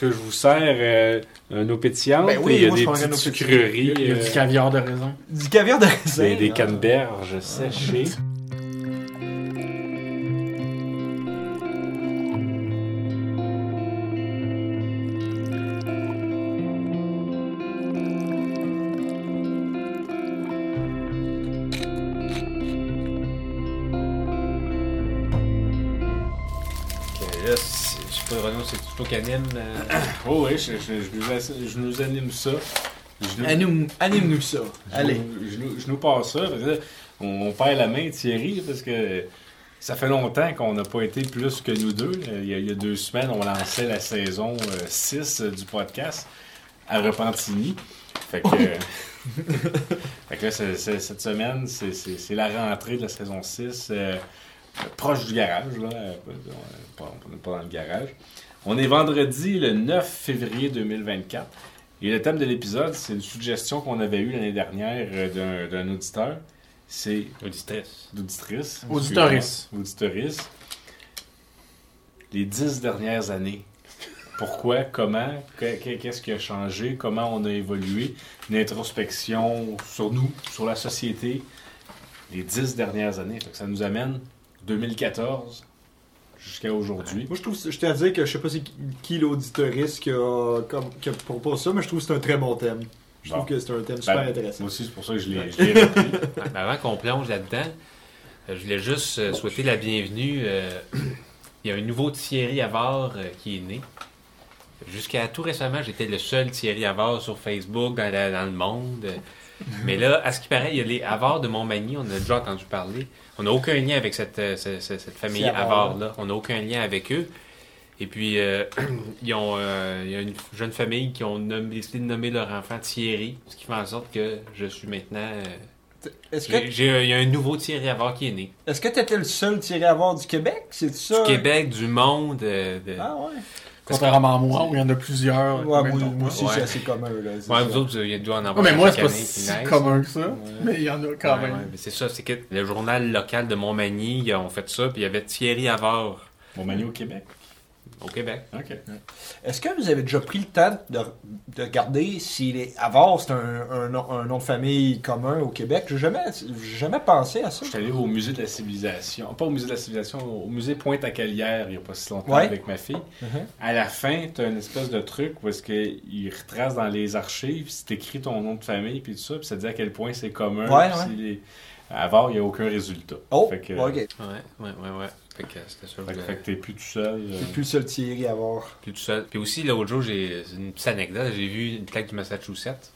que je vous sers euh, un eau pétillante. Ben oui, et il y a moi, je des prendrais une petites eau pétillante. sucreries, Il y a du euh, caviar de raisin. Du caviar de raisin. des, des là. canneberges séchées. Ben Ok, là, c'est- je sais pas, Renaud, c'est plutôt canine. euh, Oh oui, je, je- je nous, ass- je nous anime ça. Je nous, Anime- Anime-nous ça. je Allez. nous- je nous- je nous passe ça. parce que là, on, on perd la main, Thierry, parce que ça fait longtemps qu'on n'a pas été plus que nous deux. Euh, Il y a, il y a deux semaines, on lançait la saison 6 du podcast à Repentigny. Fait que, euh, fait que là, c'est- c'est- cette semaine, c'est- c'est c'est la rentrée de la saison 6, euh, proche du garage. Là, Euh, pas- on n'est pas dans le garage. On est vendredi le 9 février 2024. Et le thème de l'épisode, c'est une suggestion qu'on avait eue l'année dernière euh, d'un d'un auditeur. C'est Auditrice. d'auditrice. Auditorice. Auditorice. Les dix dernières années. Pourquoi, comment, que- que- qu'est-ce qui a changé, comment on a évolué, une introspection sur nous, sur la société, les dix dernières années. Fait que ça nous amène 2014 jusqu'à aujourd'hui. Moi, je trouve, je tiens à dire que je sais pas c'est qui- qui l'auditoriste qui a, comme, qui a proposé ça, mais je trouve que c'est un très bon thème. Je Bon. trouve que c'est un thème super Ben, intéressant. Moi aussi, c'est pour ça que je l'ai je l'ai repris. Ah, mais Avant qu'on plonge là-dedans, euh, je voulais juste euh, souhaiter la bienvenue. euh, il y a un nouveau Thierry Avard euh, qui est né. Jusqu'à tout récemment, j'étais le seul Thierry Avard sur Facebook dans, la- dans le monde. Mais là, à ce qui paraît, il y a les Avards de Montmagny, on en a déjà entendu parler. On n'a aucun lien avec cette, euh, ce- ce- cette famille Ces Avards-là. Avard-là. On n'a aucun lien avec eux. Et puis, euh, ils ont, euh, il y a une jeune famille qui ont nommé- décidé de nommer leur enfant Thierry, ce qui fait en sorte que je suis maintenant euh, Est-ce j'ai- que j'ai- Il y a un nouveau Thierry Avard qui est né. est-ce que t'étais le seul tiré à voir du Québec? C'est ça? Du Québec, du monde. euh, de- Ah ouais? Contrairement à moi, où il y en a Ouais, plusieurs. en moi, même temps. moi aussi, Ouais. c'est assez commun. Là, c'est Ouais, ça. vous autres, il y a dû en avoir Ouais, mais moi, c'est chaque pas année, si nice. commun que ça. Ouais. Mais il y en a quand Ouais, même. ouais, mais c'est ça, c'est que le journal local de Montmagny, ils ont fait ça, puis il y avait Thierry Avard Mon manu au Québec. au Québec. OK. Est-ce que vous avez déjà pris le temps de, de regarder si les Avars, c'est un, un, nom- un nom de famille commun au Québec? J'ai jamais, j'ai jamais pensé à ça. Je suis allé au musée de la civilisation, pas au musée de la civilisation, au musée Pointe-à-Calière, il n'y a pas si longtemps Ouais. avec ma fille. Mhm. À la fin, tu as une espèce de truc où est-ce qu'ils retracent dans les archives, c'est écrit ton nom de famille, puis tout ça, puis ça dit à quel point c'est commun. Ouais, puis c'est- Avant, il n'y a aucun résultat. Oh, fait que, ok. Ouais, ouais, ouais, ouais. Fait que c'était ça, je fait que- voulais- fait que t'es plus tout seul. euh. C'est plus le seul Thierry à voir. plus tout seul. Puis aussi, l'autre jour, j'ai c'est une petite anecdote, j'ai vu une plaque du Massachusetts.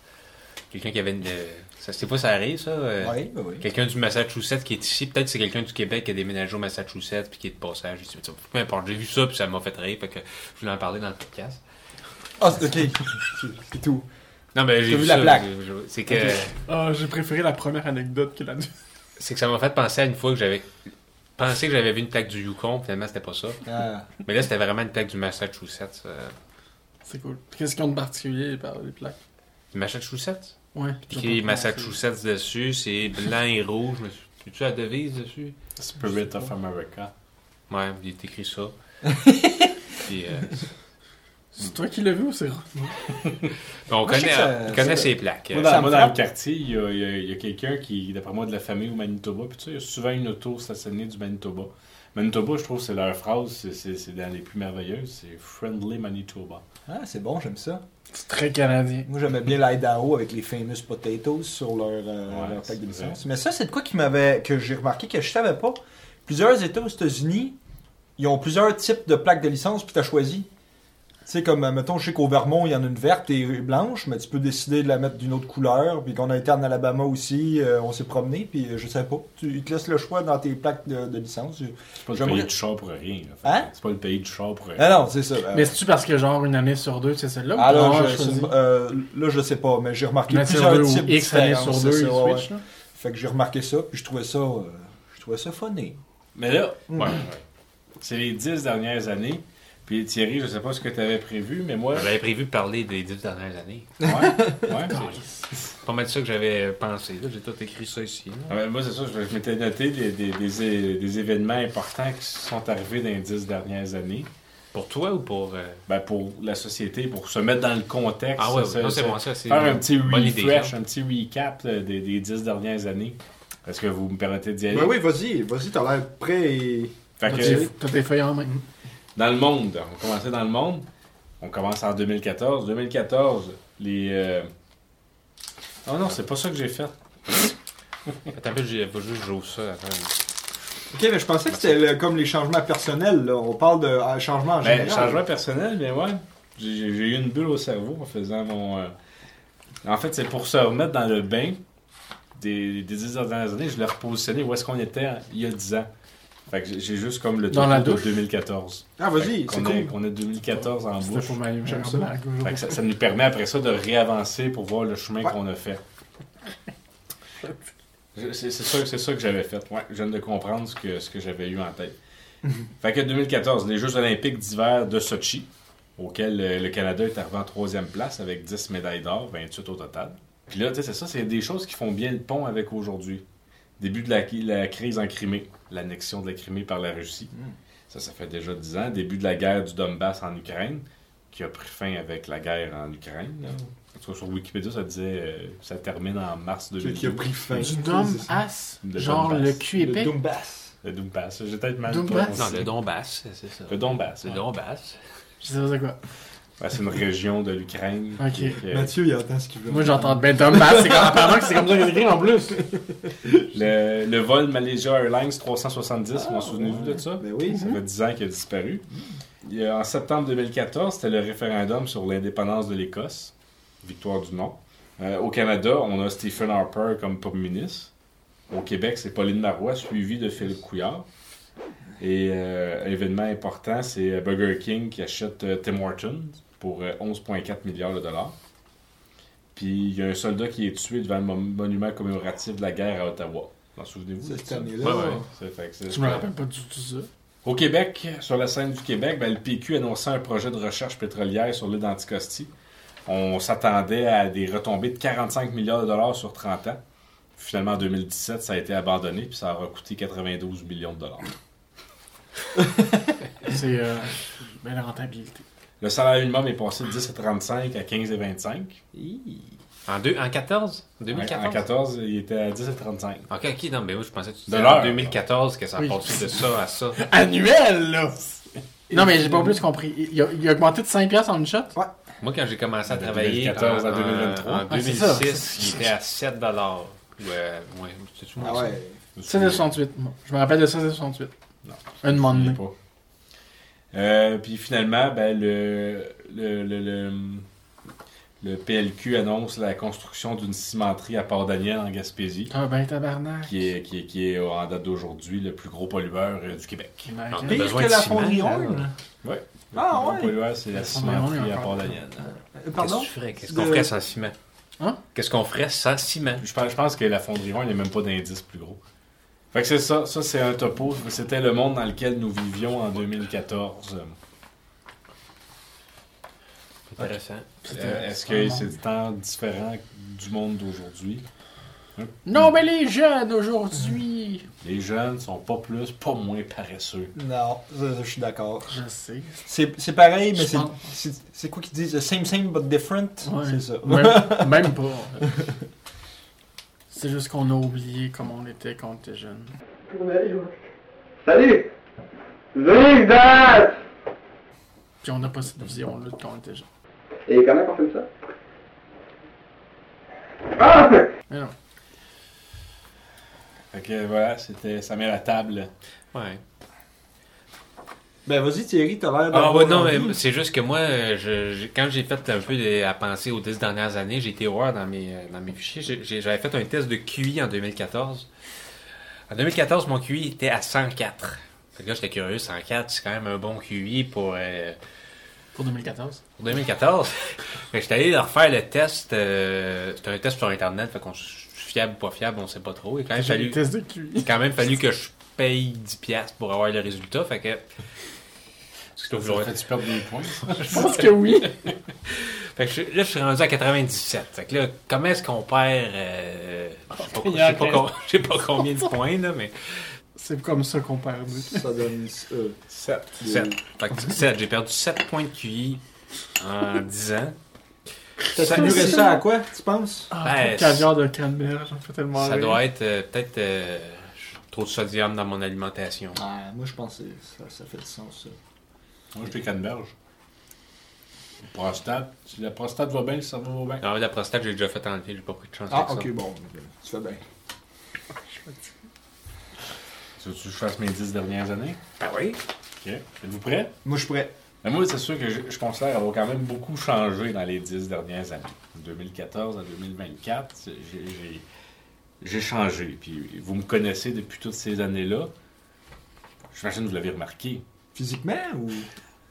Quelqu'un qui avait une. euh, ça, c'est pas ça arrive, ça. euh, Oui, ben oui. Quelqu'un du Massachusetts qui est ici, peut-être c'est quelqu'un du Québec qui a déménagé au Massachusetts puis qui est de passage ici. Mais ça, Peu importe, j'ai vu ça puis ça m'a fait rire, fait que je voulais en parler dans le podcast. Ah, c'est- ok. C'est- c'est tout. Non, mais T'as j'ai vu la ça, plaque? je- je- C'est que, Ok. Ah, j'ai préféré la première anecdote que la deuxième. c'est que ça m'a fait penser à une fois que j'avais pensé que j'avais vu une plaque du Yukon, finalement c'était pas ça. Ah. Mais là c'était vraiment une plaque du Massachusetts. euh, C'est cool. Qu'est-ce qu'ils ont de particulier par les plaques du Massachusetts? Ouais. Puis qui est Massachusetts dessus, c'est blanc et rouge. Je me suis- Tu as la devise dessus? Spirit of America. Ouais, il est écrit ça. Puis, euh, C'est toi qui l'as vu ou c'est on Moi, je sais connaît, que ça- on ça- connaît ces plaques. Moi, Ça dans, me moi, dans le frappe. quartier, il y a, il y a- il y a quelqu'un qui, d'après moi, de la famille au Manitoba. Puis tu sais, il y a souvent une auto stationnée du Manitoba. Manitoba, je trouve, c'est leur phrase, c'est- c'est c'est dans les plus merveilleuses, c'est Friendly Manitoba. Ah, c'est bon, j'aime ça. C'est très canadien. Moi, j'aimais bien l'Idaho avec les famous potatoes sur leur, euh, Ouais, leur c'est pack de vrai. licence. Mais ça, c'est de quoi qui m'avait, que j'ai remarqué que je savais pas. Plusieurs États aux États-Unis, ils ont plusieurs types de plaques de licence, puis tu as choisi. Tu sais, comme, euh, mettons, je sais qu'au Vermont, il y en a une verte et une blanche, mais tu peux décider de la mettre d'une autre couleur. Puis qu'on a été en Alabama aussi, euh, on s'est promené, puis euh, je savais pas. Tu, ils te laissent le choix dans tes plaques de, de licence. C'est pas le J'aimerais- pays du char pour rien. là. Fait Hein? que C'est pas le pays du char pour rien. Ah non, c'est ça. euh, Mais c'est-tu parce que, genre, une année sur deux, c'est celle-là ou ah, là, vraiment, je, hein, choisis c'est- euh, là, je sais pas, mais j'ai remarqué une année sur plusieurs deux types ou X années différents, sur c'est deux, ça, ouais, ouais. ils switchent, là? Fait que j'ai remarqué ça, puis je trouvais ça, euh, je trouvais ça funny. Mais là, Mm. ouais, ouais. c'est les dix dernières années. Puis Thierry, je sais pas ce que tu avais prévu, mais moi. J'avais prévu de parler des dix dernières années. Ouais, ouais. C'est pas mal ça que j'avais euh, pensé. là. J'ai tout écrit ça ici. là. Ah ben, moi, c'est ça, je, je m'étais noté des, des- des é- des événements importants qui sont arrivés dans les dix dernières années. Pour toi ou pour. euh, Ben, pour la société, pour se mettre dans le contexte. Ah ouais, ça, ouais, non, c'est ça- bon, ça. c'est Faire un une petit bonne idée, refresh, ça. un petit recap euh, des, des dix dernières années. Est-ce que vous me permettez d'y aller? Ben oui, vas-y, vas-y, t'as l'air prêt et. Fait T'as que, tes- T'as tes feuilles en main. dans le monde, on commençait dans le monde. On commence en 2014. 2014, les. euh, Oh non, c'est pas ça que j'ai fait. Attends, un peu, j'ai- faut juste jouer ça. Attends. Ok, mais je pensais que c'était le- comme les changements personnels. Là. On parle de euh, changements Ah, en Ben, général. changement personnel, mais ouais. J'ai j'ai- j'ai eu une bulle au cerveau en faisant mon. euh, En fait, c'est pour se remettre dans le bain des, des 10 dernières années. Je l'ai repositionné où est-ce qu'on était il y a 10 ans. Fait que j'ai- j'ai juste comme le Dans la topo de douche. 2014. Ah, vas-y, c'est On a, cool. on a 2014 en C'était bouche. pour ma J'aime ça. Fait que ça, ça nous permet après ça de réavancer pour voir le chemin Ouais. qu'on a fait. Je- C'est c'est ça, c'est ça que j'avais fait. Ouais, je viens de comprendre ce que, ce que j'avais eu en tête. fait que 2014, les Jeux olympiques d'hiver de Sochi, auxquels euh, le Canada est arrivé en troisième place avec 10 médailles d'or, 28 au total. Puis là, tu sais, c'est ça, c'est des choses qui font bien le pont avec aujourd'hui. Début de la, la crise en Crimée, l'annexion de la Crimée par la Russie. Ça, ça fait déjà 10 ans. Début de la guerre du Donbass en Ukraine, qui a pris fin avec la guerre en Ukraine. là. En tout cas, sur Wikipédia, ça disait euh, ça termine en mars Qui, qui a 2020. pris fin. Du C'est dom ça. as, Le genre Donbass. le cul Le épais. Doombass. Le Donbass. J'ai peut-être mal Donbass. prononcé. Non, le Donbass, c'est ça. Le Donbass. Le ouais. Donbass. Je sais pas c'est quoi. Ouais, c'est une région de l'Ukraine. Ok. qui- euh, qui- Mathieu, il entend ce qu'il veut. Moi j'entends ben Donbass, c'est comme apparemment que c'est comme ça que c'est écrit en plus. le, le vol Malaysia Airlines 370, Ah, vous vous souvenez-vous de ça? Ben oui, Ça fait 10 ans qu'il a disparu. Il y a- en septembre 2014, c'était le référendum sur l'indépendance de l'Écosse. Victoire du non. Euh, au Canada, on a Stephen Harper comme premier ministre. Au Québec, c'est Pauline Marois, suivie de Philippe Couillard. Et euh, événement important, c'est euh, Burger King qui achète euh, Tim Hortons pour euh, 11,4 milliards de dollars. Puis il y a un soldat qui est tué devant le mon- monument commémoratif de la guerre à Ottawa. Vous en souvenez-vous? c'est de cette ça? année-là. Ouais, ouais. Ça fait que c'est- Je me rappelle pas du tout ça. au Québec, sur la scène du Québec, ben, le PQ annonçait un projet de recherche pétrolière sur l'île d'Anticosti. On s'attendait à des retombées de 45 milliards de dollars sur 30 ans. Finalement, en 2017, ça a été abandonné, puis ça aura coûté 92 millions de dollars. C'est euh, ben, la rentabilité. Le salaire minimum est passé de 10 à 35 à 15 et 25. Hi. En, deux, en 14 En En- 2014 En 14, il était à 10 et 35. Ok, ok, non, mais moi je pensais que tu De disais l'heure. en 2014 que ça Oui. passait de ça à ça. Annuel là! Non mais j'ai pas plus compris. Il a, il a augmenté de 5$ en une shot? Moi, quand j'ai commencé à De travailler 2014 en, à 2023. en, en Ah, c'est ça. 2006, il était à 7 dollars. Ouais, ouais, c'est-tu moins Ah ça? ouais. Ça, 16,68. Bon, je me rappelle de 16,68. Non. Un Je demande. l'ai pas. Euh, puis finalement, ben, le, le, le, le, le PLQ annonce la construction d'une cimenterie à Port-Daniel en Gaspésie, Ah ben tabarnak. qui est, qui est, qui est en date d'aujourd'hui le plus gros pollueur euh, du Québec. Ben, Non, ok. mais- Pire besoin que de la ciment, fonderie là. Horn. Euh, Ouais. Le Ah, plus ouais. gros pollueur, c'est la La fonderie cimenterie à encore. Port-Daniel. Euh, Qu'est-ce que Pardon? tu ferais? Qu'est-ce De- qu'on ferait sans ciment? Hein? Qu'est-ce qu'on ferait sans ciment? Je pense, je pense que la fonderie Horn, il n'y a même pas d'indice plus gros. Fait que c'est ça, ça c'est un topo. C'était le monde dans lequel nous vivions en 2014. Intéressant. C'était- Euh, Est-ce que c'est du temps différent du monde d'aujourd'hui? Non mais les jeunes aujourd'hui! Les jeunes sont pas plus, pas moins paresseux. Non, ça, ça, je suis d'accord. Je sais. C'est c'est pareil, mais Je c'est- pense- c'est c'est quoi qu'ils disent? Same, same, but different? Ouais. C'est ça. Même, même pas. en fait. C'est juste qu'on a oublié comment on était quand on était jeune. Salut Zigzag Puis on n'a pas cette vision-là de quand on était jeune. Et comment on fait ça Ah Mais non. Fait que voilà, c'était ça met la table. Ouais. Ben vas-y Thierry, t'as l'air Ah d'avoir ouais, non, envie. mais c'est juste que moi, euh, je, j'ai- quand j'ai fait un peu de- à penser aux 10 dernières années, j'ai été voir dans mes, euh, dans mes fichiers, J'ai- j'ai- j'avais fait un test de QI en 2014. En 2014, mon QI était à 104. Fait que là, j'étais curieux, 104, c'est quand même un bon QI pour, euh, Pour 2014. pour 2014. Mais j'étais allé leur faire le test, euh, c'était un test sur Internet, fait qu'on s- fiable ou pas fiable, on sait pas trop. Et quand même, J'ai fallu... eu test de QI. Il a quand même fallu que je paye 10 piastres pour avoir le résultat. Fait que. Parce que Ça j'aurais- fait tu perds des points. ça? Je pense que oui. Fait que je- là, je suis rendu à 97. Fait que là, comment est-ce qu'on perd. euh, je sais pas- je sais pas, com- je sais pas combien de points, là, mais. C'est comme ça qu'on perd. nous. Ça donne. euh, 7. des- 7. Fait que 7, j'ai perdu 7 points de QI en 10 ans. T'as Ça- attribué ça à quoi, tu penses? Ah, Ben, tout le caviar de Canberra, j'en fais tellement Ça rire. doit être euh, peut-être euh, trop de sodium dans mon alimentation. Ah, moi, je pense que ça, ça fait du sens, ça. Moi, je fais canneberge. Prostate. Si la prostate va bien, le cerveau va bien. Non, Ah, la prostate, j'ai déjà fait enlever, j'ai pas pris de chance. Ah, avec ok, ça. bon. Tu fais bien. Tu veux que je fasse mes 10 dernières années? Ah oui? OK. Êtes-vous prêts? Moi, je suis prêt. Mais moi, c'est sûr que je, je considère avoir quand même beaucoup changé dans les dix dernières années. De 2014 à 2024, c'est- j'ai- j'ai- j'ai changé. Puis vous me connaissez depuis toutes ces années-là. J'imagine que vous l'avez remarqué. Physiquement ou.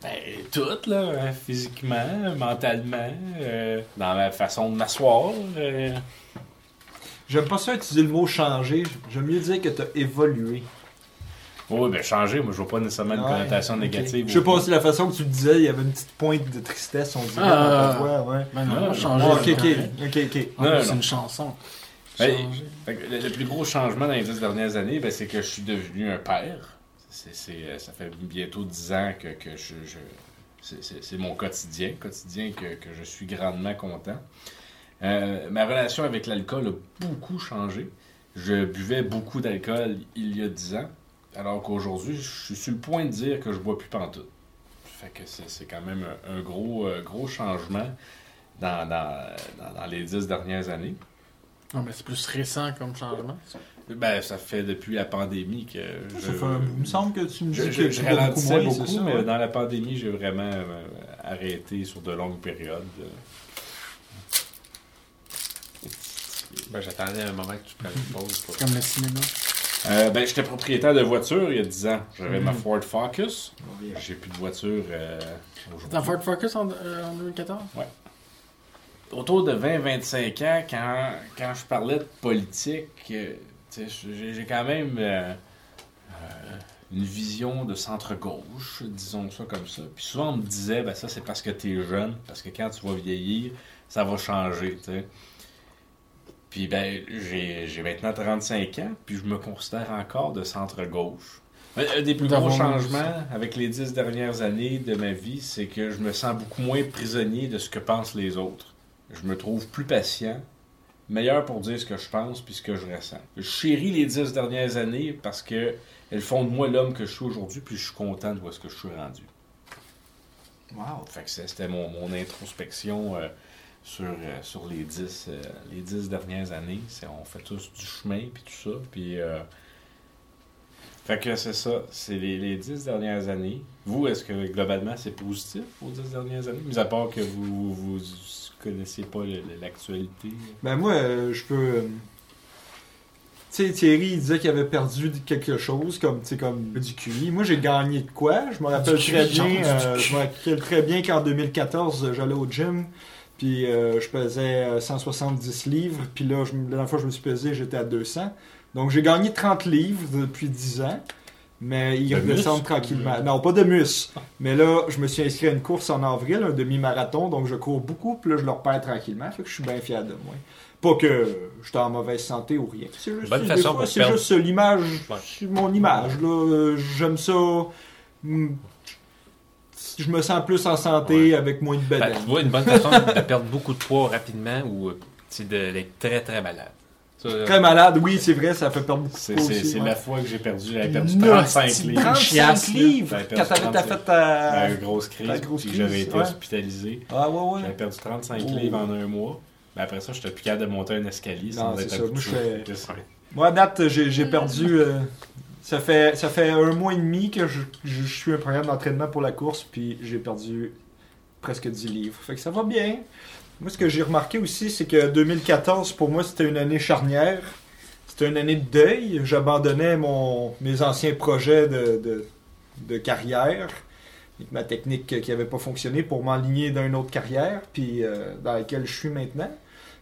Ben, toutes, là, hein, physiquement, mentalement, euh, dans ma façon de m'asseoir. euh. J'aime pas ça utiliser le mot changer. J'aime mieux dire que t'as évolué. Oui, ben changer, moi, je vois pas nécessairement une Ouais, connotation ok. négative. Je sais pas si la façon que tu le disais, il y avait une petite pointe de tristesse, on dirait, dans Ah. ta voix, ouais. Ben non, Ah, changer. Ah, ok, le ok, temps. ok, ok. En plus, Non, c'est non. une chanson. Ben, Changer. Fait que le, le plus gros changement dans les dix dernières années, ben, c'est que je suis devenu un père. C'est- c'est, euh, ça fait bientôt dix ans que, que je, je- c'est- c'est c'est mon quotidien, quotidien que, que je suis grandement content. Euh, ma relation avec l'alcool a beaucoup changé. Je buvais beaucoup d'alcool il y a dix ans, alors qu'aujourd'hui, je suis sur le point de dire que je bois plus pantoute. Fait que c'est c'est quand même un, un gros, euh, gros changement dans, dans- dans- dans les dix dernières années. Non, mais c'est plus récent comme changement. Ben, ça fait depuis la pandémie que. Ça fait un bout. Il me semble que tu me dis Je, que je, tu je bois ralentissais beaucoup, c'est ça, mais ouais. dans la pandémie, j'ai vraiment euh, arrêté sur de longues périodes. Ben, j'attendais un moment que tu prennes une pause. pour- C'est comme le cinéma. Euh, ben, j'étais propriétaire de voiture il y a 10 ans. J'avais Mhm. ma Ford Focus. On revient. J'ai plus de voiture euh, T'es en aujourd'hui. Ford Focus en, euh, en 2014? Autour de 20-25 ans, quand, quand je parlais de politique, euh, tu sais, j'ai j'ai quand même euh, euh, une vision de centre-gauche, disons ça comme ça. Puis souvent, on me disait, ben ça, c'est parce que tu es jeune, parce que quand tu vas vieillir, ça va changer, tu sais. Puis ben, j'ai j'ai maintenant 35 ans, puis je me considère encore de centre-gauche. Un un des plus gros D'avant, changements avec les dix dernières années de ma vie, c'est que je me sens beaucoup moins prisonnier de ce que pensent les autres. Je me trouve plus patient, meilleur pour dire ce que je pense puis ce que je ressens. Je chéris les dix dernières années parce que elles font de moi l'homme que je suis aujourd'hui, puis je suis content de voir ce que je suis rendu. Wow. Fait que ça, c'était mon, mon introspection euh, sur, euh, sur les dix euh, les dix dernières années. C'est- On fait tous du chemin, puis tout ça. Puis, euh, Fait que c'est ça, c'est les, les dix dernières années. Vous, est-ce que globalement, c'est positif aux dix dernières années? Mis à part que vous vous, vous connaissiez pas le- le- l'actualité. Ben moi, euh, je peux. euh, Tu sais, Thierry, il disait qu'il avait perdu de- quelque chose, comme, tu sais, comme du QI. Moi, j'ai gagné de quoi? Je me rappelle Du très QI, genre, bien. du euh, je me rappelle très bien qu'en 2014, euh, j'allais au gym, puis euh, je pesais euh, 170 livres, puis là, je, me- la dernière fois que je me suis pesé, j'étais à 200. Donc, j'ai gagné 30 livres depuis 10 ans. Mais ils De redescendent muscle? tranquillement. Non, pas de muscle. Mais là, je me suis inscrit à une course en avril, un demi-marathon, donc je cours beaucoup, puis là, je le repère tranquillement. Fait que je suis bien fier de moi. Pas que j'étais en mauvaise santé ou rien. C'est juste, Bonne des façon fois, pour c'est perdre. juste l'image, Ouais. c'est mon image. là. Euh, J'aime ça. Mm. Je me sens plus en santé Ouais. avec moins de Ben, tu bedaine. vois, une bonne façon de perdre beaucoup de poids rapidement ou euh, c'est de- d'être très très malade. Ça, euh, Très malade, oui, c'est vrai, ça fait perdre beaucoup de C'est poids c'est- aussi, c'est ouais. la fois que j'ai perdu, j'avais perdu Non, 35 c'est livres. branche. 35 chiasse, là. livres J'avais quand perdu t'avais t'as 35. fait ta... La grosse crise, La Euh, grosse puis j'avais crise, été ouais. hospitalisé. Ah ouais, J'avais ouais. perdu 35 Oh. livres en un mois. Mais après ça, j'étais plus capable de monter un escalier Non, sans c'est être ça. accouché. Moi, je fais- C'est ça. Moi, à date, j'ai j'ai perdu... euh, ça, fait, ça fait un mois et demi que je, je suis un programme d'entraînement pour la course, puis j'ai perdu presque 10 livres. Fait que ça va bien. Moi, ce que j'ai remarqué aussi, c'est que 2014, pour moi, c'était une année charnière. C'était une année de deuil. J'abandonnais mon, mes anciens projets de, de, de carrière, avec ma technique qui n'avait pas fonctionné, pour m'enligner dans une autre carrière, puis euh, dans laquelle je suis maintenant.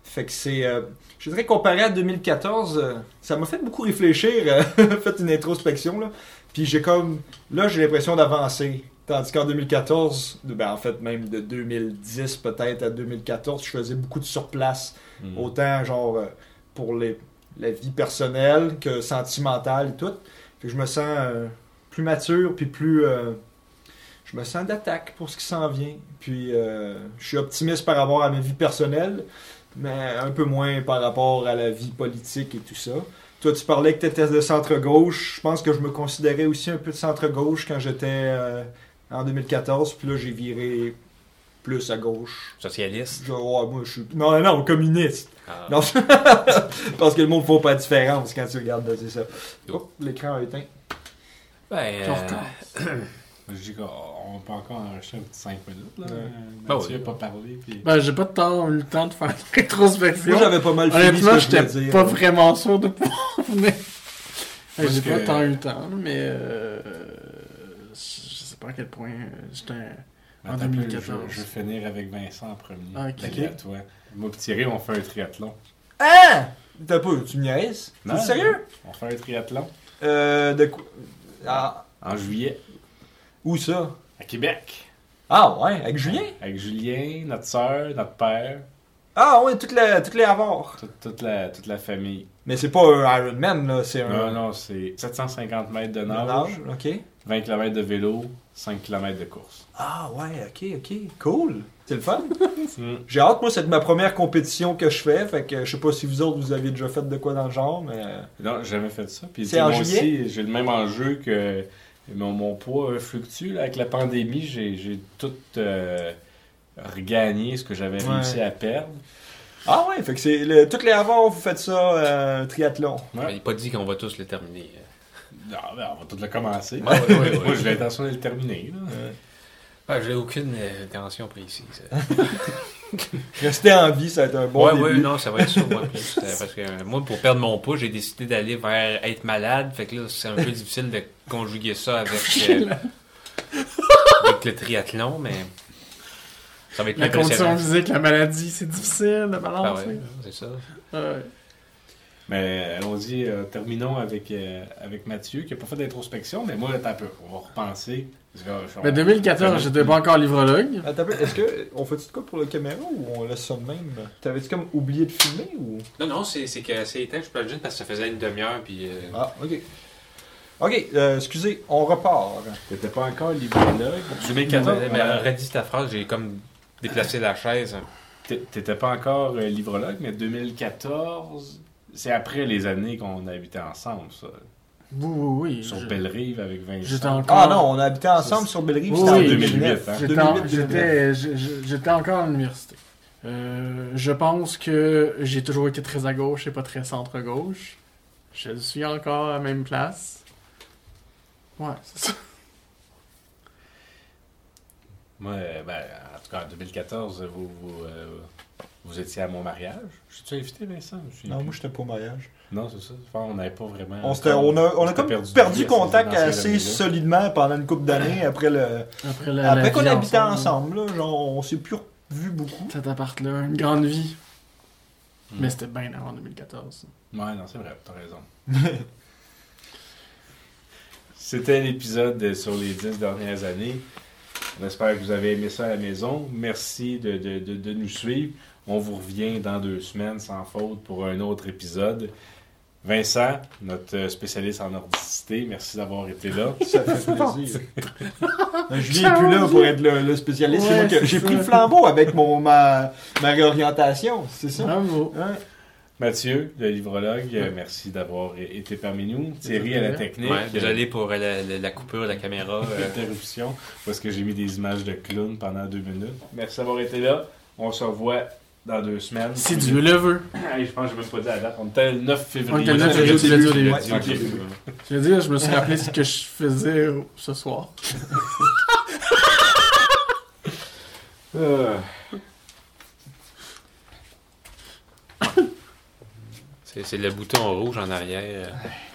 Fait que c'est. euh, je dirais comparé à 2014, euh, ça m'a fait beaucoup réfléchir, euh, fait une introspection, là. Puis j'ai comme. Là, j'ai l'impression d'avancer. Tandis qu'en 2014, de- ben en fait, même de 2010 peut-être à 2014, je faisais beaucoup de surplace. Mm. Autant, genre, euh, pour les, la vie personnelle que sentimentale et tout. Fait que je me sens euh, plus mature, puis plus. euh, je me sens d'attaque pour ce qui s'en vient. Puis euh, je suis optimiste par rapport à ma vie personnelle, mais un peu moins par rapport à la vie politique et tout ça. Toi, tu parlais que tu étais de centre-gauche. Je pense que je me considérais aussi un peu de centre-gauche quand j'étais euh, en 2014. Puis là, j'ai viré plus à gauche. Socialiste. Je- ouais, moi, je suis... Non, non, non, communiste. Ah, Non, parce que le monde ne fait pas la différence quand tu regardes, ben, c'est ça. Oups, Oh, l'écran a éteint. ben, Genre, euh, Je dis qu'on oh, peut encore enregistrer un petit 5 minutes. Là. Ouais. Ben Mathieu oui. n'a pas parlé. Puis... Ben, j'ai pas de temps, eu le temps de faire une rétrospection. Moi, j'avais pas mal fini ce Honnêtement, que je voulais j'étais dire. pas vraiment sûr de pouvoir venir. Hey, Parce J'ai pas que- tant eu le temps, mais euh, je sais pas à quel point euh, j'étais. en Attends un peu, 2014. Je, je vais finir avec Vincent en premier. Ah, ok. Puis à toi. Moi et Thierry, on fait un triathlon. Ah! T'as pas, tu me niaises? Non. T'es sérieux? On fait un triathlon Euh, de quoi? Ah, en juillet où ça? à Québec. Ah ouais, avec Julien? Avec Julien, notre soeur, notre père, Ah ouais, toutes les, toutes les avars. toute, toute la, toute la famille. Mais c'est pas un Iron Man, là, c'est un... Non, non, c'est 750 mètres de un nage, Euh, nage, ok. 20 km de vélo, 5 km de course. Ah ouais, ok, ok, cool. C'est le fun. Mm. J'ai hâte, moi, c'est ma première compétition que je fais, fait que je sais pas si vous autres, vous avez déjà fait de quoi dans le genre, mais... euh, Non, j'ai jamais fait ça. Puis C'est tu sais, en moi juillet? aussi, j'ai le même enjeu que mon, mon poids euh, fluctue. là. avec la pandémie, j'ai j'ai tout euh, regagné ce que j'avais Ouais. réussi à perdre. Ah ouais, fait que c'est... le- Toutes les avars, vous faites ça, euh, triathlon. Il n'est pas dit qu'on va tous le terminer. euh. Non, ben, on va tout le commencer. Ouais, ouais, ouais, ouais. Moi, j'ai l'intention de le terminer. là. Ah, j'ai aucune euh, intention précise. euh. Rester en vie, ça va être un bon ouais, début. ouais, non, ça va être ça, moi, plus. Euh, Parce que euh, moi, pour perdre mon poids, j'ai décidé d'aller vers être malade. Fait que là, c'est un peu difficile de conjuguer ça avec, euh, avec le triathlon, mais ça va être La condition impressionnant. physique, la maladie, c'est difficile de Ah balancer. Ah ouais, c'est ça. Ouais. Mais allons-y, euh, terminons avec, euh, avec Mathieu, qui n'a pas fait d'introspection, mais moi, attends un peu. On va repenser. Parce que, euh, je- Mais Ah 2014, j'étais pas encore livrologue. Attends, un peu, est-ce que on fait-tu de quoi pour la caméra ou on laisse ça de même? T'avais-tu comme oublié de filmer ou? Non, non, c'est que c'est éteint, je peux juste parce que ça faisait une demi-heure, puis... euh, Ah, ok. Ok, euh, excusez, on repart. T'étais pas encore librologue. 2014, mais redis ta phrase, j'ai comme déplacé la chaise. T'é- T'étais pas encore euh, livrologue, mais 2014, c'est après les années qu'on habitait ensemble, ça. Oui, oui, oui. Sur je- Bellerive avec Vincent. J'étais encore. Ah non, on habitait ensemble sur Bellerive, Oui, c'était en oui, 2009. hein. J'étais en- 2008, J'étais je- je- j'étais encore à l'université. Euh, je pense que j'ai toujours été très à gauche et pas très centre-gauche. Je suis encore à la même place. Ouais, c'est ça. Moi, euh, ben, en tout cas, en 2014, vous, vous, euh, vous étiez à mon mariage. Je tu invité, Vincent? Je suis- Non, moi j'étais pas au mariage. Non, c'est ça. Enfin, on n'avait pas vraiment... On, s'était- on a, on a s'était comme perdu, de vue à ces- contact dans ces assez années-là. solidement pendant une couple d'années après le Après, la- la après qu'on vie habitait ensemble, là, genre on s'est plus vu beaucoup. Cet appart-là, une grande vie. Hmm. Mais c'était bien avant 2014. Ouais, non, c'est vrai, t'as raison. C'était l'épisode sur les dix dernières années. On espère que vous avez aimé ça à la maison. Merci de, de- de- de nous suivre. On vous revient dans deux semaines, sans faute, pour un autre épisode. Vincent, notre spécialiste en nordicité, merci d'avoir été là. Ça fait plaisir. Ben, Julien est plus là pour être le, le spécialiste. c'est Ouais, moi que- c'est j'ai ça. pris le flambeau avec mon, ma, ma réorientation, c'est ça? Bravo. Hein? Mathieu, le livrologue, euh, merci d'avoir été parmi nous. Thierry à la technique. Ouais, désolé pour euh, la, la- la coupure de la caméra. Euh, euh. interruption parce que j'ai mis des images de clowns pendant deux minutes. Merci d'avoir été là. On se revoit dans deux semaines. Si Dieu le veut. Hey, je pense que j'ai même pas dit la date. On était le 9 février. On était le 9 février, tu l'as dit au début. Ouais, ok. Je veux dire, je me suis rappelé ce que je faisais euh, ce soir. Euh, C'est c'est le bouton rouge en arrière. euh.